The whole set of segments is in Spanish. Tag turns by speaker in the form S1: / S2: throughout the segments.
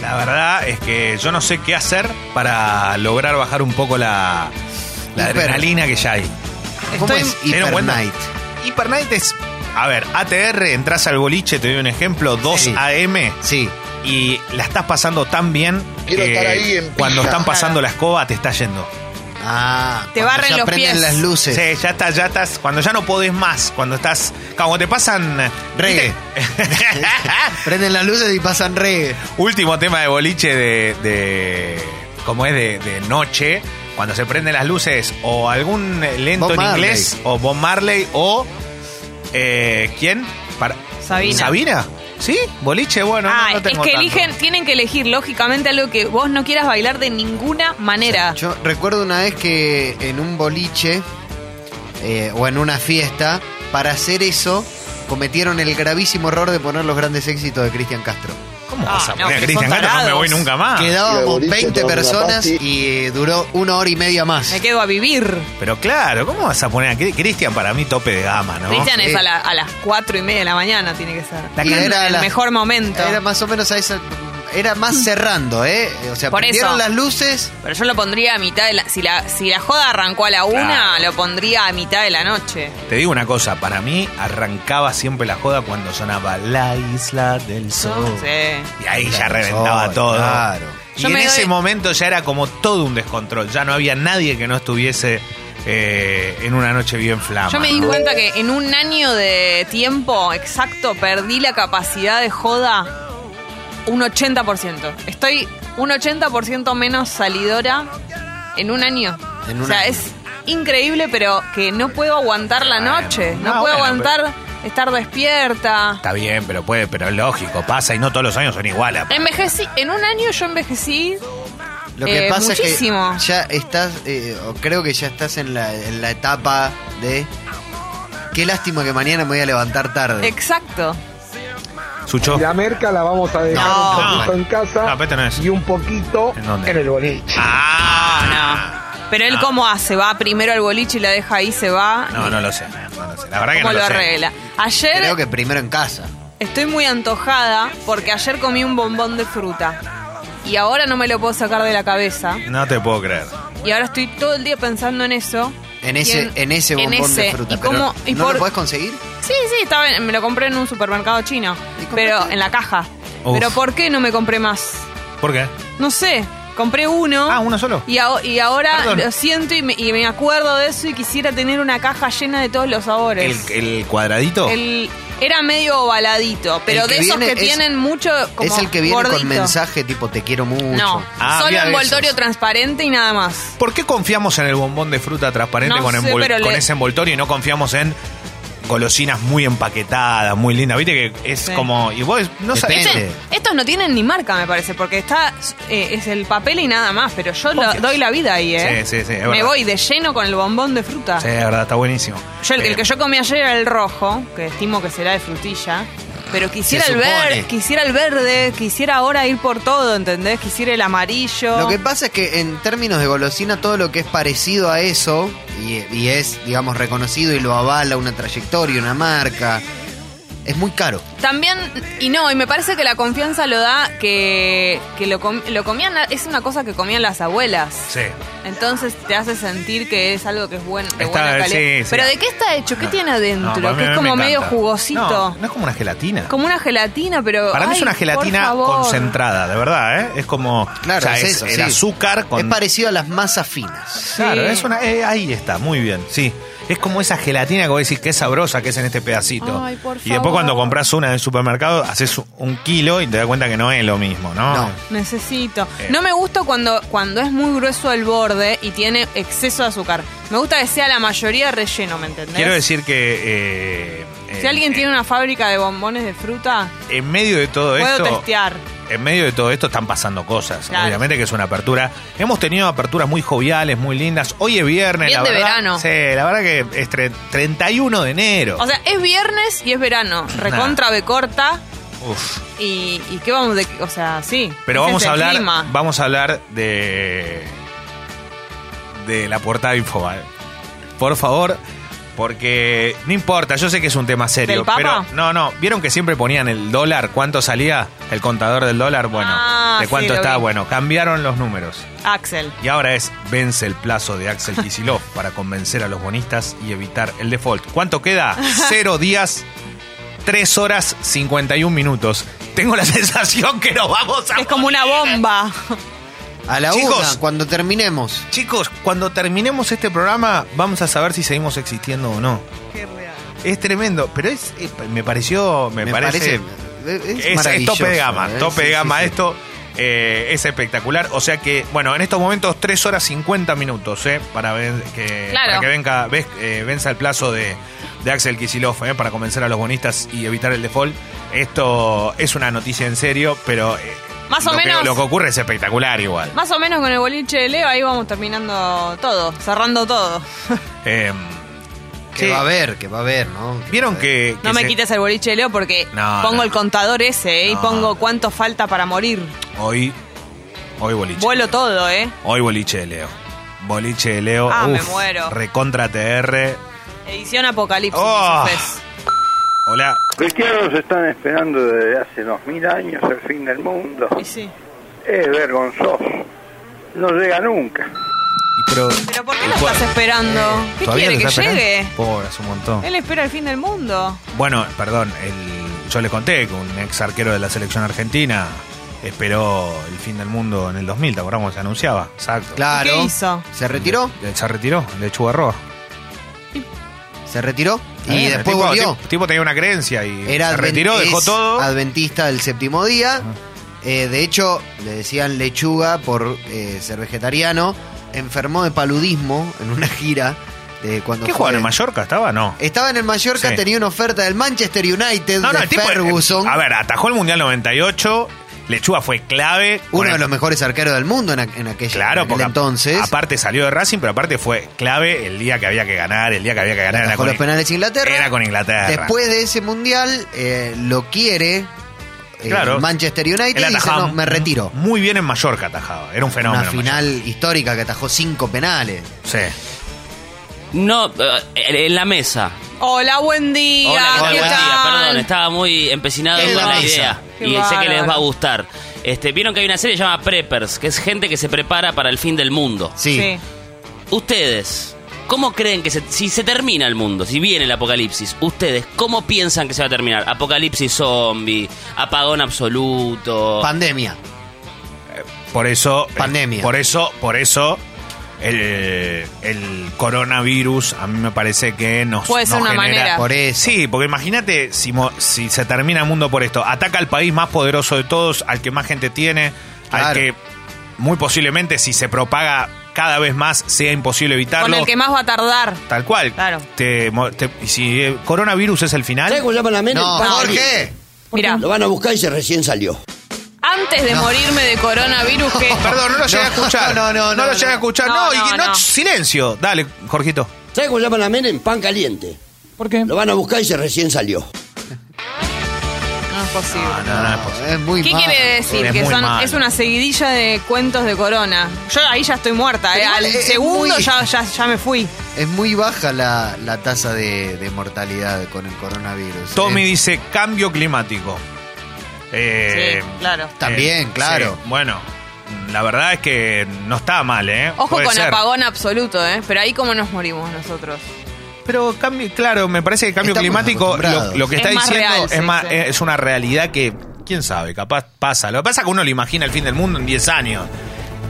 S1: la verdad es que yo no sé qué hacer para lograr bajar un poco la, la
S2: Hiper.
S1: adrenalina que ya hay.
S2: ¿Cómo
S1: Estoy-
S2: es
S1: ¿Se dieron
S2: Hyper
S1: cuenta?
S2: Night?
S1: Hypernight es. A ver, ATR, entras al boliche, te doy un ejemplo, 2
S2: Sí.
S1: AM
S2: Sí.
S1: y la estás pasando tan bien
S3: Quiero estar ahí en
S1: cuando
S3: pija.
S1: están pasando la escoba te está yendo.
S2: Ah.
S4: Te
S2: cuando
S4: barren
S2: ya
S4: los
S2: prenden
S4: pies.
S2: las
S1: Sí,
S2: luces.
S1: ya estás, ya estás, cuando ya no podés más, cuando estás, cuando te pasan eh,
S2: Reggae.
S1: ¿viste?
S2: Prenden las luces y pasan reggae.
S1: Último tema de boliche de, de como es de, de noche, cuando se prenden las luces o algún eh, lento
S2: Bob
S1: en
S2: Marley.
S1: inglés o Bob Marley o eh, ¿quién? Para-
S4: Sabina.
S1: Sabina. ¿Sí? Boliche, bueno, no-
S4: Ah,
S1: no,
S4: es
S1: tengo
S4: que
S1: tanto.
S4: eligen, tienen que elegir lógicamente algo que vos no quieras bailar de ninguna manera.
S2: Yo recuerdo una vez que en un boliche eh, o en una fiesta, para hacer eso, cometieron el gravísimo error de poner los grandes éxitos de Cristian Castro.
S1: ¿Cómo
S4: Ah,
S1: vas a
S4: no,
S1: poner a
S4: que
S1: Cristian
S4: son
S1: Castro? No me
S4: tarados.
S1: voy nunca
S4: Ah.
S1: más.
S3: Y el
S2: Quedábamos
S3: boliche
S2: 20
S3: con una
S2: personas
S3: pasti.
S2: y eh, duró una hora y media más.
S4: Me quedo a vivir.
S1: Pero claro, ¿cómo vas a poner a Cri- Cristian para mí tope de gama, no?
S4: Cristian
S2: sí.
S4: es a, la- a las cuatro y media de la mañana, tiene que ser.
S2: Y era
S4: el
S2: la-
S4: mejor momento. Mm.
S2: Era más o menos a esa. Era más cerrando, ¿eh? O sea,
S4: Por
S2: prendieron
S4: eso.
S2: las luces.
S4: Pero yo lo pondría a mitad de la. Si la, si la joda arrancó a la una,
S1: Claro.
S4: lo pondría a mitad de la noche.
S1: Te digo una cosa, para mí arrancaba siempre la joda cuando sonaba La Isla del Sol.
S4: Sí.
S1: Y ahí ya
S2: Claro,
S1: reventaba todo.
S2: claro.
S1: Y
S4: Yo
S1: en
S4: me
S1: ese
S4: doy-
S1: momento ya era como todo un descontrol. Ya no había nadie que no estuviese eh, en una noche bien flama.
S4: Yo me di
S1: ¿no?
S4: cuenta que en un año de tiempo exacto perdí la capacidad de joda un 80%. Estoy un 80% menos salidora en un año.
S2: En un
S4: o sea,
S2: año.
S4: es increíble, pero que no puedo aguantar la
S1: Bueno,
S4: noche. No,
S1: no,
S4: puedo
S1: bueno,
S4: aguantar estar despierta.
S1: Está bien, pero puede, pero es lógico, pasa y no todos los años son iguales.
S4: Eh. Envejecí, en un año yo envejecí
S2: Lo que
S4: Eh,
S2: pasa
S4: muchísimo.
S2: es que ya estás, eh, o creo que ya estás en la, en la etapa de. Qué lástima que mañana me voy a levantar tarde.
S4: exacto.
S1: Sucho.
S5: La merca la vamos a dejar
S4: No.
S5: un poquito en
S1: No,
S5: casa
S1: apete no es.
S5: y un poquito
S1: ¿En dónde?
S5: en el boliche.
S1: Ah,
S4: Pero él
S1: No.
S4: cómo hace, va primero al boliche y la deja ahí, se va.
S1: no. No, no lo sé. no lo sé. La verdad que
S4: ¿Cómo
S1: no
S4: lo,
S1: lo, sé.
S4: arregla? Ayer
S2: Creo que primero en casa.
S4: Estoy muy antojada porque ayer comí un bombón de fruta y ahora no me lo puedo sacar de la cabeza
S1: No te puedo creer.
S4: y ahora estoy todo el día pensando en eso.
S2: En
S4: Y
S2: ese, en, ese bombón de
S4: ese.
S2: fruta.
S4: ¿Y
S2: pero
S4: cómo- y
S2: ¿No
S4: por-
S2: lo podés conseguir?
S4: Sí, sí, estaba en- me lo compré en un supermercado chino,
S2: compraste?
S4: pero en la caja.
S1: Uf.
S4: Pero ¿por qué no me compré más?
S1: ¿Por qué?
S4: No sé, compré uno.
S1: Ah, uno solo.
S4: Y, ao- y ahora
S1: Perdón.
S4: lo siento y me, y me acuerdo de eso y quisiera tener una caja llena de todos los
S1: ¿El,
S4: sabores.
S1: el cuadradito?
S4: El- era medio ovaladito, pero
S2: El que
S4: de esos
S2: viene
S4: que
S2: es-
S4: tienen mucho como
S2: es el que viene con
S4: gordito.
S2: mensaje tipo te quiero mucho.
S4: No,
S1: Ah,
S4: solo
S1: había de
S4: envoltorio
S1: esos.
S4: transparente y nada más.
S1: ¿Por qué confiamos en el bombón de fruta transparente
S4: No
S1: con,
S4: sé,
S1: envol-
S4: pero le-
S1: con ese envoltorio y no confiamos en golosinas muy empaquetadas, muy lindas? Viste que es
S4: Sí.
S1: como. Y vos no sabés.
S2: Depende.
S1: eso.
S4: Estos no tienen ni marca, me parece, porque está eh, es el papel y nada más, pero yo lo- doy la vida ahí, ¿eh?
S1: Sí, sí, sí, es
S4: me
S1: verdad.
S4: voy de lleno con el bombón de fruta.
S1: Sí, es verdad, está buenísimo.
S4: Yo, el, el
S1: Eh,
S4: que yo comí ayer era el rojo, que estimo que será de frutilla. Pero quisiera
S2: Se
S4: el,
S2: supone.
S4: ver, quisiera el verde, quisiera ahora ir por todo, ¿entendés? Quisiera el amarillo.
S2: Lo que pasa es que en términos de golosina, todo lo que es parecido a eso, y, y es, digamos, reconocido y lo avala una trayectoria, una marca, es muy caro.
S4: También, y no, y me parece que la confianza lo da que, que lo, com- lo comían, es una cosa que comían las abuelas.
S1: Eh, Sí.
S4: Entonces te hace sentir que es algo que es bueno, de
S1: Está-
S4: buena calidad.
S1: sí, sí.
S4: Pero ¿de qué está hecho? ¿Qué
S1: No.
S4: tiene
S1: No,
S4: adentro?
S1: para mí- a
S4: que es
S1: mí me
S4: como medio
S1: encanta.
S4: jugosito.
S1: No, no es como una gelatina.
S4: Como una gelatina, pero.
S1: Para mí es
S4: ay,
S1: una
S4: por
S1: gelatina
S4: favor.
S1: concentrada, de verdad, ¿eh? Es como.
S2: Claro,
S1: o sea,
S2: es
S1: es
S2: eso,
S1: el
S2: sí.
S1: azúcar con.
S2: Es parecido a las masas finas.
S1: Claro,
S4: Sí.
S1: es una. eh, ahí está, muy bien, sí. Es como esa gelatina que vos decís que es sabrosa, que es en este pedacito.
S4: Ay, por
S1: y después
S4: favor.
S1: cuando compras una en el supermercado, haces un kilo y te das cuenta que no es lo mismo, ¿no?
S2: No.
S4: Necesito.
S1: Eh.
S4: No me gusta cuando, cuando es muy grueso el borde y tiene exceso de azúcar. Me gusta que sea la mayoría relleno, ¿me entendés?
S1: Quiero decir que. eh,
S4: si
S1: eh,
S4: alguien
S1: eh,
S4: tiene una fábrica de bombones de fruta,
S1: En medio de todo
S4: puedo
S1: esto.
S4: testear.
S1: En medio de todo esto están pasando cosas.
S4: Claro.
S1: Obviamente que es una apertura. Hemos tenido aperturas muy joviales, muy lindas. Hoy es viernes,
S4: Bien
S1: la
S4: de
S1: verdad.
S4: verano.
S1: Sí, la verdad que es tre- 31 de enero.
S4: O sea, es viernes y es verano. Recontra, B corta.
S1: Uf.
S4: Y, y qué vamos de. O sea, sí.
S1: Pero
S4: ese
S1: vamos
S4: es
S1: a
S4: el
S1: hablar,
S4: clima.
S1: vamos a hablar de de la portada de Infobae. Por favor, Porque no importa, yo sé que es un tema serio.
S4: ¿Del Papa?
S1: Pero no, no, vieron que siempre ponían el dólar, cuánto salía el contador del dólar, bueno,
S4: Ah,
S1: de cuánto
S4: sí, lo
S1: estaba,
S4: vi.
S1: bueno, cambiaron los números.
S4: Axel.
S1: Y ahora es vence el plazo de Axel Kisilov para convencer a los bonistas y evitar el default. ¿Cuánto queda? Cero días, tres horas, 51 minutos. Tengo la sensación que nos vamos a.
S4: Es como una bomba.
S2: A la
S1: Chicos.
S2: una, cuando terminemos.
S1: Chicos, cuando terminemos este programa, vamos a saber si seguimos existiendo o no. Es tremendo, pero es, eh, me pareció, me, parece,
S2: parece- es,
S1: es- es,
S2: maravilloso,
S1: tope de gama,
S2: ¿eh?
S1: tope
S2: Sí,
S1: de
S2: sí,
S1: gama
S2: sí.
S1: esto. eh, es espectacular, o sea que, bueno, en estos momentos 3 horas 50 minutos, eh, para, ver que,
S4: Claro.
S1: para que venga, ves- eh, venza el plazo de, de Axel Kisilov eh, para convencer a los bonistas y evitar el default. Esto es una noticia en serio, pero eh,
S4: Más o
S1: lo que-
S4: menos.
S1: lo que ocurre es espectacular igual.
S4: Más o menos con el boliche de Leo, ahí vamos terminando todo, cerrando todo.
S1: Eh,
S2: Que
S1: sí.
S2: va a haber, que va a haber, ¿no? Que
S1: Vieron
S2: va a haber.
S1: que. que
S4: No me
S1: se-
S4: quites el boliche de Leo porque
S1: No,
S4: pongo
S1: no.
S4: el contador ese ¿eh? y
S1: No.
S4: pongo cuánto falta para morir.
S1: Hoy. Hoy boliche.
S4: Vuelo todo, ¿eh?
S1: Hoy boliche de Leo. Boliche de Leo.
S4: Ah, me
S1: Uf,
S4: muero.
S1: Recontra TR.
S4: Edición Apocalipsis.
S1: Oh.
S4: eso es.
S1: Hola.
S3: Cristianos están esperando desde hace dos mil años el fin del mundo.
S4: Y sí.
S3: Es vergonzoso. No llega nunca.
S1: Y Pero,
S4: Pero ¿por qué lo estás esperando? ¿Qué
S1: ¿Todavía
S4: quiere
S1: lo
S4: que
S1: está
S4: llegue?
S1: esperando? Pobre, es un montón.
S4: Él espera el fin del mundo.
S1: Bueno, perdón, el- yo le conté que un ex arquero de la selección argentina esperó el fin del mundo en el 2000, ¿te acordás cuando se anunciaba? Exacto.
S2: Claro.
S4: ¿Qué hizo?
S2: ¿Se retiró?
S1: Le- Se retiró, le echó arroz.
S2: Se retiró y
S1: El
S2: después
S1: tipo,
S2: volvió.
S1: El tipo tenía una creencia y
S2: Era
S1: se
S2: adven-
S1: retiró, dejó
S2: es
S1: todo.
S2: adventista del séptimo día. Eh, de hecho, le decían lechuga por eh, ser vegetariano. Enfermó de paludismo en una gira. De cuando
S1: ¿Qué
S2: fue-
S1: jugador en Mallorca estaba? No.
S2: Estaba en el Mallorca,
S1: Sí.
S2: tenía una oferta del Manchester United,
S1: No, no,
S2: de
S1: el tipo.
S2: Ferguson,
S1: eh, A ver, atajó el Mundial 98. Lechuga fue clave. con
S2: uno de
S1: el-
S2: los mejores arqueros del mundo en, aqu- en aquella
S1: Claro,
S2: en aquel
S1: porque a-
S2: entonces.
S1: aparte salió de Racing, pero aparte fue clave el día que había que ganar, el día que había que ganar. Era con,
S2: con los penales Inglaterra.
S1: era con Inglaterra.
S2: Después de ese mundial, eh, lo quiere eh,
S1: Claro.
S2: el Manchester United
S1: Él
S2: y dice,
S1: atajaba
S2: no, me retiro.
S1: Muy bien en Mallorca atajaba. Era un fenómeno.
S2: Una final histórica que atajó cinco penales.
S1: Mallorca. Sí.
S6: No, eh, en la mesa.
S4: Hola, buen día.
S6: Hola, ¿qué tal?
S4: ah, ¿qué
S6: Buen
S4: tal?
S6: día, perdón, estaba muy empecinado
S2: Qué
S6: con la
S2: bárbaro.
S6: idea.
S4: Qué
S6: y sé que les va a
S4: bárbaro.
S6: gustar. Este, Vieron que hay una serie llamada Preppers, que es gente que se prepara para el fin del mundo.
S2: Sí.
S4: Sí.
S6: Ustedes, ¿cómo creen que se- si se termina el mundo, si viene el apocalipsis, ustedes, ¿cómo piensan que se va a terminar? Apocalipsis zombie, apagón absoluto.
S4: Oh.
S2: Pandemia.
S1: Por eso.
S2: Pandemia.
S1: por eso, por eso. El, el coronavirus a mí me parece que nos
S4: Puede ser
S1: nos
S4: una
S1: genera-
S4: manera.
S2: Por eso.
S1: Sí, porque imagínate si, mo- si se termina el mundo por esto. Ataca al país más poderoso de todos, al que más gente tiene, al
S2: Claro.
S1: que muy posiblemente si se propaga cada vez más sea imposible evitarlo.
S4: Con el que más va a tardar.
S1: Tal cual.
S4: Claro.
S1: Te mo- te- y si eh, coronavirus es el final,
S7: ¿Sabes cómo llaman a Menem?
S2: No,
S7: Para
S2: Jorge.
S4: Mira,
S7: Lo van a buscar y se recién salió.
S4: antes de morirme de coronavirus, que
S1: perdón, no lo llegué a escuchar.
S2: No, no, no,
S1: lo
S2: no,
S1: llegué a
S2: no.
S1: escuchar. No,
S4: No,
S1: y que
S4: no,
S1: no,
S4: no.
S1: silencio. Dale, Jorgito.
S7: ¿Sabes cómo llaman a Menem? Pan caliente. ¿Por qué? Lo van a buscar y se recién salió.
S4: no es posible.
S1: No, no, es
S2: No,
S1: posible.
S2: es muy
S4: ¿Qué
S2: mal.
S4: quiere decir?
S1: Es
S4: que
S1: muy
S4: son,
S1: malo.
S4: es una seguidilla de cuentos de corona. Yo ahí ya estoy muerta.
S2: Pero
S4: eh.
S2: igual
S4: Al
S2: es- es
S4: segundo
S2: muy-
S4: ya, ya, ya me fui.
S2: Es muy baja la, la tasa de, de mortalidad con el coronavirus.
S1: Tommy
S2: Eh,
S1: dice cambio climático. Eh,
S4: sí, claro.
S2: También, claro.
S1: sí, bueno, la verdad es que no está mal, ¿eh?
S4: Ojo
S1: Puede
S4: con
S1: ser.
S4: apagón absoluto, ¿eh? Pero ahí como nos morimos nosotros.
S1: Pero cambio, claro, me parece que el cambio
S2: Estamos
S1: climático lo,
S2: acostumbrados.
S1: lo que
S4: Es
S1: está
S4: más
S1: diciendo
S4: real,
S1: es,
S4: sí,
S1: más, eh,
S4: sí.
S1: es una realidad que, quién sabe, capaz pasa. Lo que pasa es que uno le imagina el fin del mundo en 10 años.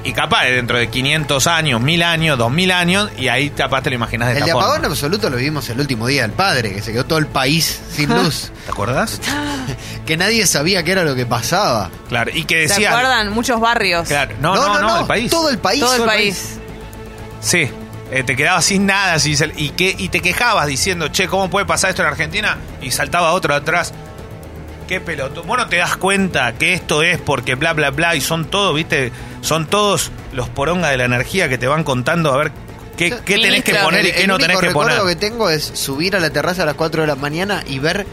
S1: Y capaz dentro de 500 años, 1000 años, 2000 años, y ahí capaz te lo imaginas de
S2: El
S1: esta
S2: de
S1: forma.
S2: apagón absoluto lo vivimos el último día del padre, que se quedó todo el país sin luz.
S1: ¿Te acordás?
S2: que nadie sabía qué era lo que pasaba.
S1: Claro, y que
S4: ¿Se
S1: decía.
S4: acuerdan? Muchos barrios.
S1: Claro, no, no, no, el país.
S2: Todo el país.
S4: Todo el país.
S1: Sí, eh, te quedabas sin nada sin sal- y, que, y te quejabas diciendo, che, ¿cómo puede pasar esto en Argentina? Y saltaba otro atrás. Qué peloto. Vos no te das cuenta que esto es porque bla, bla, bla, y son todos, viste, son todos los porongas de la energía que te van contando a ver qué, qué tenés que
S4: Ministro,
S1: poner y
S2: El-
S1: qué
S2: el
S1: no tenés
S2: único
S1: que poner.
S2: recuerdo que tengo es subir a la terraza a las 4 de la mañana y ver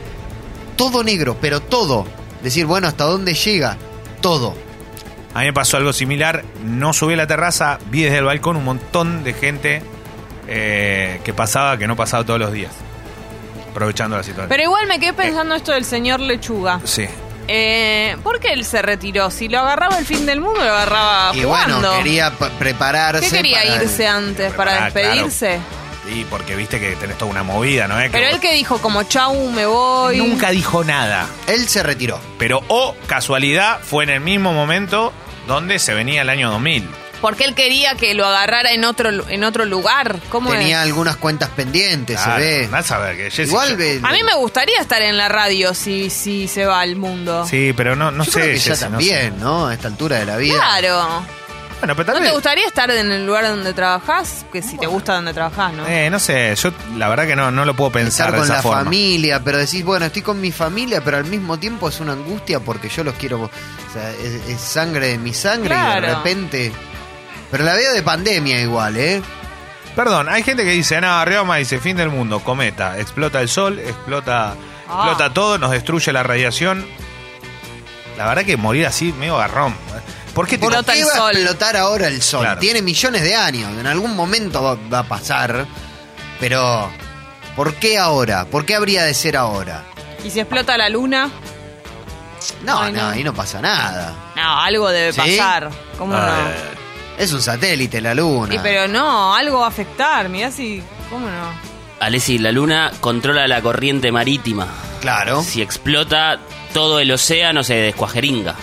S2: todo negro, pero todo. Decir, bueno, ¿hasta dónde llega? Todo.
S1: A mí me pasó algo similar, no subí a la terraza, vi desde el balcón un montón de gente eh, que pasaba, que no pasaba todos los días. Aprovechando la situación.
S4: Pero igual me quedé pensando esto del señor Lechuga.
S1: sí.
S4: Eh, ¿Por qué él se retiró? Si lo agarraba el fin del mundo, lo agarraba
S2: Y
S4: jugando.
S2: bueno, quería p- prepararse.
S4: ¿Qué quería
S2: para el-
S4: irse antes? ¿Para
S1: Ah, claro.
S4: despedirse?
S1: Y porque viste que tenés toda una movida, ¿no? Es que
S4: Pero él que dijo como chau, me voy.
S1: nunca dijo nada.
S2: Él se retiró.
S1: Pero, o casualidad, fue en el mismo momento donde se venía el año 2000.
S4: Porque él quería que lo agarrara en otro, lu- en otro lugar. ¿Cómo
S2: Tenía
S4: es?
S2: algunas cuentas pendientes,
S1: Claro,
S2: se ve.
S1: andás a ver que Jessy-
S2: Igual ve-
S4: A mí me gustaría estar en la radio si, si se va al mundo.
S1: Sí, pero no, no
S2: Yo
S1: sé.
S2: creo que ya
S1: Jessy, no sé.
S2: también, ¿no? A esta altura de la vida.
S4: Claro.
S1: Bueno, pero
S4: ¿No
S1: tal
S4: te
S1: vez-
S4: gustaría estar en el lugar donde trabajás? Que si te gusta donde trabajás, ¿no?
S1: Eh, no sé, yo la verdad que no, no lo puedo pensar
S2: Estar
S1: de
S2: con
S1: esa
S2: la
S1: forma.
S2: familia, pero decís, bueno, estoy con mi familia, pero al mismo tiempo es una angustia porque yo los quiero. O sea, es, es sangre de mi sangre y de
S4: Claro.
S2: repente. Pero la veo de pandemia igual, ¿eh?
S1: Perdón, hay gente que dice, no, Rioma dice, fin del mundo, cometa, explota el sol, explota,
S4: Ah.
S1: explota todo, nos destruye la radiación. La verdad que morir así, medio garrón. ¿eh? ¿Por qué te-
S2: ¿Por
S4: Explota
S2: qué
S4: el
S2: va a
S4: sol.
S2: explotar ahora el sol?
S1: Claro.
S2: Tiene millones de años. En algún momento va, va a pasar. Pero. ¿Por qué ahora? ¿Por qué habría de ser ahora?
S4: ¿Y si explota la luna?
S2: No,
S4: Ay,
S2: no,
S4: no.
S2: ahí no pasa nada.
S4: No, algo debe
S2: ¿Sí?
S4: pasar. ¿Cómo no?
S1: Eh,
S2: Es un satélite la luna.
S4: Sí, pero no, algo va a afectar. Mirá si. ¿Cómo no?
S6: Alessi, la luna controla la corriente marítima.
S8: ¿Oh?
S2: Claro.
S6: Si explota todo el océano se descuajeringa.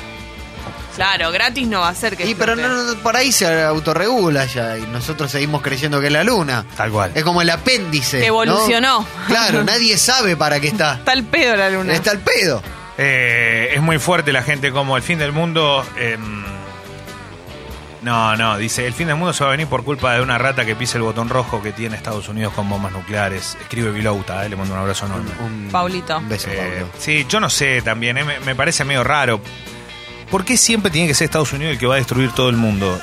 S4: Claro, gratis no va a ser que.
S2: Y pero
S4: explote.
S2: no, no, por ahí se autorregula ya y nosotros seguimos creyendo que es la luna.
S1: Tal cual.
S2: Es como el apéndice.
S4: Que
S2: ¿no?
S4: evolucionó.
S2: Claro, nadie sabe para qué está.
S4: Está el pedo la luna.
S2: Está el pedo.
S1: Eh, es muy fuerte la gente como el fin del mundo. em, no, no, dice, el fin del mundo se va a venir por culpa de una rata que pisa el botón rojo que tiene Estados Unidos con bombas nucleares. Escribe Vilouta, eh, le mando un abrazo enorme.
S2: Un-
S4: Paulito.
S2: Un beso,
S1: Eh,
S2: Pablo.
S1: sí, yo no sé también, eh, me, me parece medio raro. ¿Por qué siempre tiene que ser Estados Unidos el que va a destruir todo el mundo?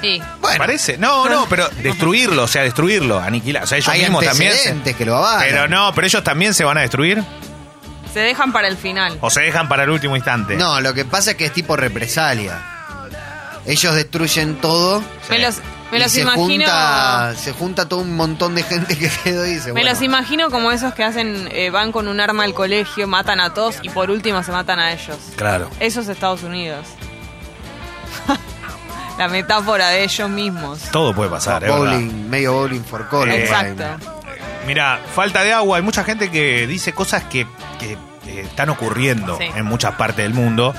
S4: Sí.
S1: ¿Me Parece. No, no, pero destruirlo, o sea, destruirlo, aniquilar. O sea, ellos
S2: Hay
S1: mismos también. se-
S2: antecedentes que lo avalan.
S1: pero no, pero ellos también se van a destruir
S4: Se dejan para el
S2: Oh,
S4: final.
S1: o se dejan para el último instante.
S2: No, lo que pasa es que es tipo represalia. Ellos destruyen todo.
S1: Sí.
S4: Me los, me
S2: y
S4: los
S2: se
S4: imagino.
S2: Junta, se junta todo un montón de gente que quedó y dice.
S4: Me
S2: bueno,
S4: los imagino como esos que hacen, eh, van con un arma al colegio, matan a todos y por último se matan a ellos.
S1: Claro.
S4: Eso es Estados Unidos. La metáfora de ellos mismos.
S1: Todo puede pasar, es verdad.
S2: bowling, medio bowling for color.
S1: Eh,
S4: Exacto.
S1: Mira, falta de agua. Hay mucha gente que dice cosas que, que, eh, están ocurriendo
S4: Sí.
S1: en muchas partes del mundo.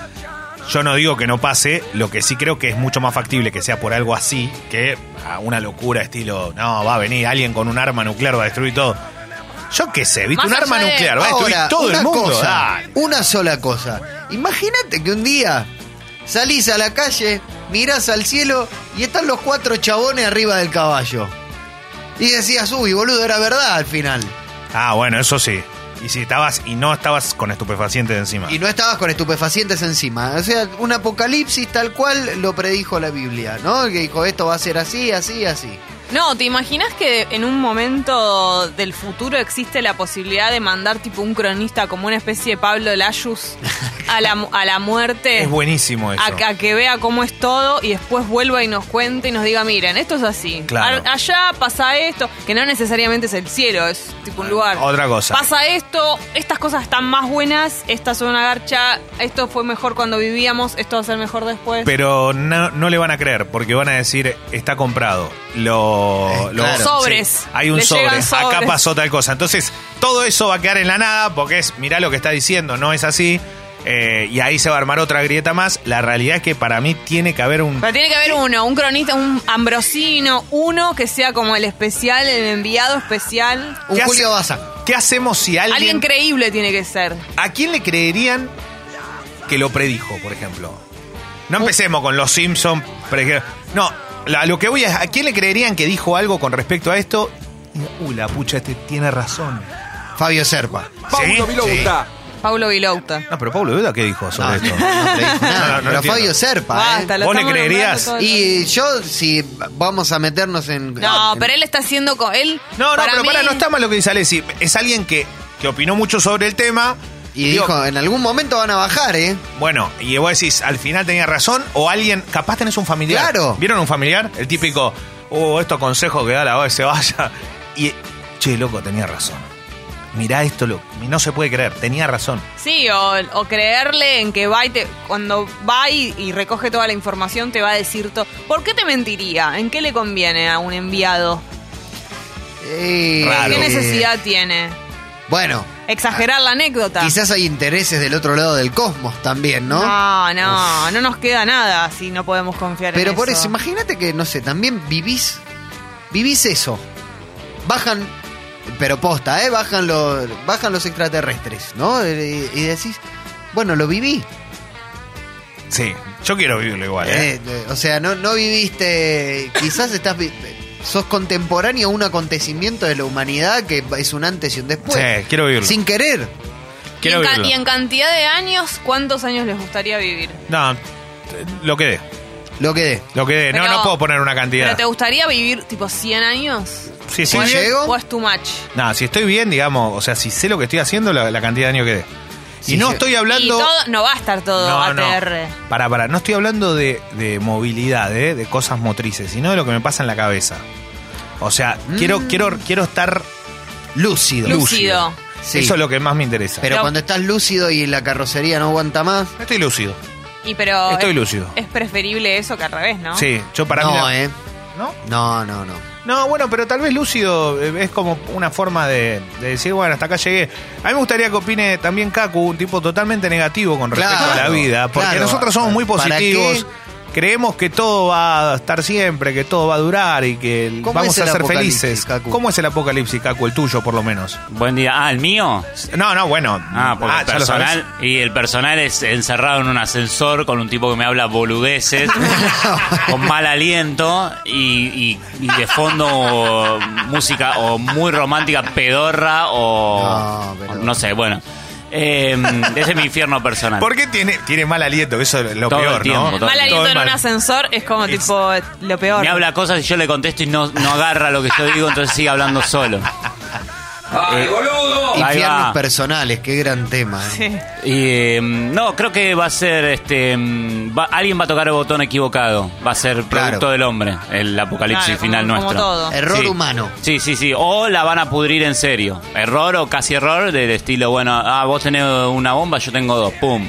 S1: Yo no digo que no pase, lo que sí creo que es mucho más factible que sea por algo así que a una locura estilo, no, va a venir alguien con un arma nuclear, va a destruir todo. Yo qué sé, viste,
S4: Más
S1: un arma
S4: allá de-
S1: nuclear, va a destruir
S2: Ahora,
S1: todo
S2: una
S1: el mundo.
S2: cosa,
S1: dale.
S2: una sola cosa. Imagínate que un día salís a la calle, mirás al cielo y están los cuatro chabones arriba del caballo. Y decías, uy, boludo, era verdad al final.
S1: Ah, bueno, eso sí. Y si estabas y no estabas con estupefacientes encima.
S2: Y no estabas con estupefacientes encima. O sea, un apocalipsis tal cual lo predijo la Biblia, ¿no? Que dijo, esto va a ser así, así, así.
S4: No, ¿te imaginas que en un momento del futuro existe la posibilidad de mandar tipo un cronista como una especie de Pablo Layus a la, mu- a la muerte?
S1: es buenísimo eso.
S4: a, a que vea cómo es todo y después vuelva y nos cuente y nos diga, miren, esto es así.
S1: Claro.
S4: A- allá pasa esto, que no necesariamente es el cielo, es tipo un lugar.
S1: Otra cosa.
S4: Pasa esto, estas cosas están más buenas, esta es una garcha, esto fue mejor cuando vivíamos, esto va a ser mejor después.
S1: Pero no, no le van a creer, porque van a decir, está comprado. Lo, lo-
S2: claro.
S4: Sobres.
S1: hay un
S4: Le
S1: sobre.
S4: llegan sobres.
S1: Acá pasó tal cosa. Entonces, todo eso va a quedar en la nada, porque es, mirá lo que está diciendo, no es así. Eh, y ahí se va a armar otra grieta más. La realidad es que para mí tiene que haber un...
S4: Pero tiene que haber uno, un cronista, un ambrosino, uno que sea como el especial, el enviado especial.
S2: Un
S1: ¿Qué
S2: Julio
S1: hace-
S2: Baza.
S1: ¿Qué hacemos si alguien...
S4: Alguien creíble tiene que ser.
S1: ¿A quién le creerían que lo predijo, por ejemplo? No empecemos con los Simpsons. No, la- lo que voy es, ¿a quién le creerían que dijo algo con respecto a esto? Y, Uh, la pucha, este tiene razón.
S2: Fabio Serpa.
S1: ¿Sí?
S5: Paulo Vilouta.
S4: Paulo Vilouta.
S1: No, pero Pablo Duda, ¿qué dijo
S2: No,
S1: sobre
S2: Ah, no,
S1: esto?
S2: no le dijo
S1: No,
S2: nada.
S1: no, no
S2: Pero
S1: entiendo.
S2: Fabio Serpa, ¿eh?
S4: Basta, lo
S1: ¿Vos le
S4: estamos nombrando
S1: creerías?
S4: todo el
S2: Y yo, si vamos a meternos en.
S4: No,
S2: en-
S4: pero él está haciendo con él.
S1: No, no, pero
S4: mí-
S1: para, no está mal lo que dice Alessi. Es alguien que, que opinó mucho sobre el tema.
S2: Y
S1: Digo,
S2: dijo, en algún momento van a bajar, ¿eh?
S1: Bueno, y vos decís, al final tenía razón, o alguien, capaz tenés un familiar.
S2: Claro.
S1: ¿Vieron un familiar? El típico, uh, estos consejos que da la OE se vaya. Y, che, loco, tenía razón. Mirá esto, loco. No se puede creer, tenía razón.
S4: Sí, o, o creerle en que va y te, cuando va y, y recoge toda la información te va a decir todo. ¿Por qué te mentiría? ¿En qué le conviene a un enviado?
S2: Eh,
S1: Raro.
S4: ¿Qué
S1: Claro.
S4: necesidad tiene?
S2: Bueno,
S4: Exagerar la anécdota.
S2: quizás hay intereses del otro lado del cosmos también, ¿no?
S4: No, no, no nos queda nada si no podemos confiar en
S2: Pero por eso,
S4: eso.
S2: imagínate que, no sé, también vivís. Vivís eso. Bajan. Pero posta, ¿eh? Bajan los, bajan los extraterrestres, ¿no? Eh, Y, decís, bueno, lo viví.
S1: Sí, yo quiero vivirlo igual, ¿eh?
S2: Eh, eh, o sea, no, no viviste. Quizás estás. vi- Sos contemporáneo a un acontecimiento de la humanidad que es un antes y un después.
S1: sí, quiero vivirlo.
S2: Sin querer.
S4: y,
S1: quiero
S4: en ca-
S1: vivirlo.
S4: y en cantidad de años, ¿cuántos años les gustaría vivir?
S1: No, t- lo quedé.
S2: Lo quedé.
S1: Lo quedé. No,
S4: Pero-
S1: no puedo poner una
S4: ¿Pero
S1: cantidad.
S4: te gustaría vivir tipo 100 años?
S1: Sí, sí.
S2: ¿Cuál
S1: sí.
S2: llego?
S4: ¿O es too much?
S1: No, si estoy bien, digamos, o sea, si sé lo que estoy haciendo, la, la cantidad de años que dé.
S2: Sí,
S1: y no
S2: sí.
S1: estoy
S4: Y
S1: hablando.
S4: todo, no va a estar todo
S1: no, no.
S4: ATR.
S1: Para, para, no estoy hablando de, de movilidad, ¿eh? de cosas motrices, sino de lo que me pasa en la cabeza. O sea, quiero, quiero, quiero estar lúcido.
S4: Mm. Lúcido.
S2: Sí.
S1: Eso es lo que más me interesa.
S2: Pero
S4: Pero-
S2: cuando estás lúcido y la carrocería no aguanta más.
S1: estoy lúcido.
S4: Y pero
S1: Estoy
S4: es,
S1: lúcido.
S4: es preferible eso que al revés, ¿no?
S1: Sí, yo para mí.
S2: no,
S1: la-
S2: ¿eh?
S1: ¿No?
S2: No, no, no.
S1: No, bueno, pero tal vez lúcido eh, es como una forma de, de decir, bueno, hasta acá llegué. A mí me gustaría que opine también Kaku, un tipo totalmente negativo con respecto
S2: Claro,
S1: a la vida, porque
S2: claro.
S1: nosotros somos muy
S2: ¿Para
S1: positivos. Creemos que todo va a estar siempre, que todo va a durar y que el-
S2: ¿Cómo
S1: vamos
S2: es
S1: a
S2: el
S1: ser
S2: apocalipsis,
S1: felices.
S2: Kaku?
S1: ¿Cómo es el apocalipsis, Kaku? El tuyo, por lo menos.
S8: Buen día. Ah, ¿el mío?
S1: No, no, bueno.
S8: Ah, porque el
S1: ya lo sabes.
S8: personal. Y el personal es encerrado en un ascensor con un tipo que me habla boludeces, con mal aliento y, y- y de fondo música o muy romántica, pedorra o.
S2: No, pero-
S8: No sé, bueno. Eh, ese es mi infierno personal.
S1: ¿Por qué tiene, tiene mal aliento? Eso es lo
S8: Todo el
S1: peor,
S8: tiempo,
S1: ¿no?
S8: todo
S4: Mal
S8: el
S1: Todo
S4: aliento
S1: es
S4: en un
S1: mal.
S4: ascensor es como
S1: Es-
S4: tipo lo peor.
S8: Me habla cosas y yo le contesto y no, no agarra lo que yo digo, entonces sigue hablando solo. Eh, Ahí
S2: Infiernos
S8: va.
S2: personales, qué gran tema. ¿eh?
S4: Sí.
S8: Y, eh, no, creo que va a ser este. mm, va- alguien va a tocar el botón equivocado. Va a ser producto
S2: Claro.
S8: del hombre, el apocalipsis
S4: Claro,
S8: final
S4: como- como
S8: nuestro.
S4: todo.
S1: Eh,
S2: Error
S8: Sí.
S2: humano.
S8: Sí, sí, sí. O la van a pudrir en serio. Error o casi error del estilo, bueno, ah, vos tenés una bomba, yo tengo dos, pum.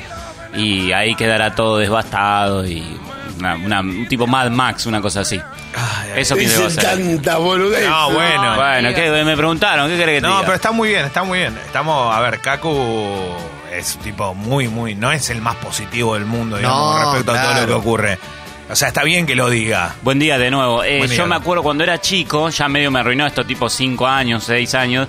S8: Y ahí quedará todo devastado y. una- una- un tipo Mad Max, una cosa así. Eso pienso que va a
S7: Dicen
S8: ser.
S7: tanta boludez.
S1: No, bueno.
S8: Bueno, ¿qué? me preguntaron, ¿qué querés que te
S1: No,
S8: diga?
S1: pero está muy bien, está muy bien. Estamos, a ver, Kaku es un tipo muy, muy, no es el más positivo del mundo, digamos,
S2: No,
S1: respecto a todo
S2: claro.
S1: lo que ocurre. O sea, está bien que lo diga.
S8: Buen día de nuevo. Eh,
S1: Buen día.
S8: Yo me acuerdo cuando era chico, ya medio me arruinó esto, tipo 5 años, 6 años,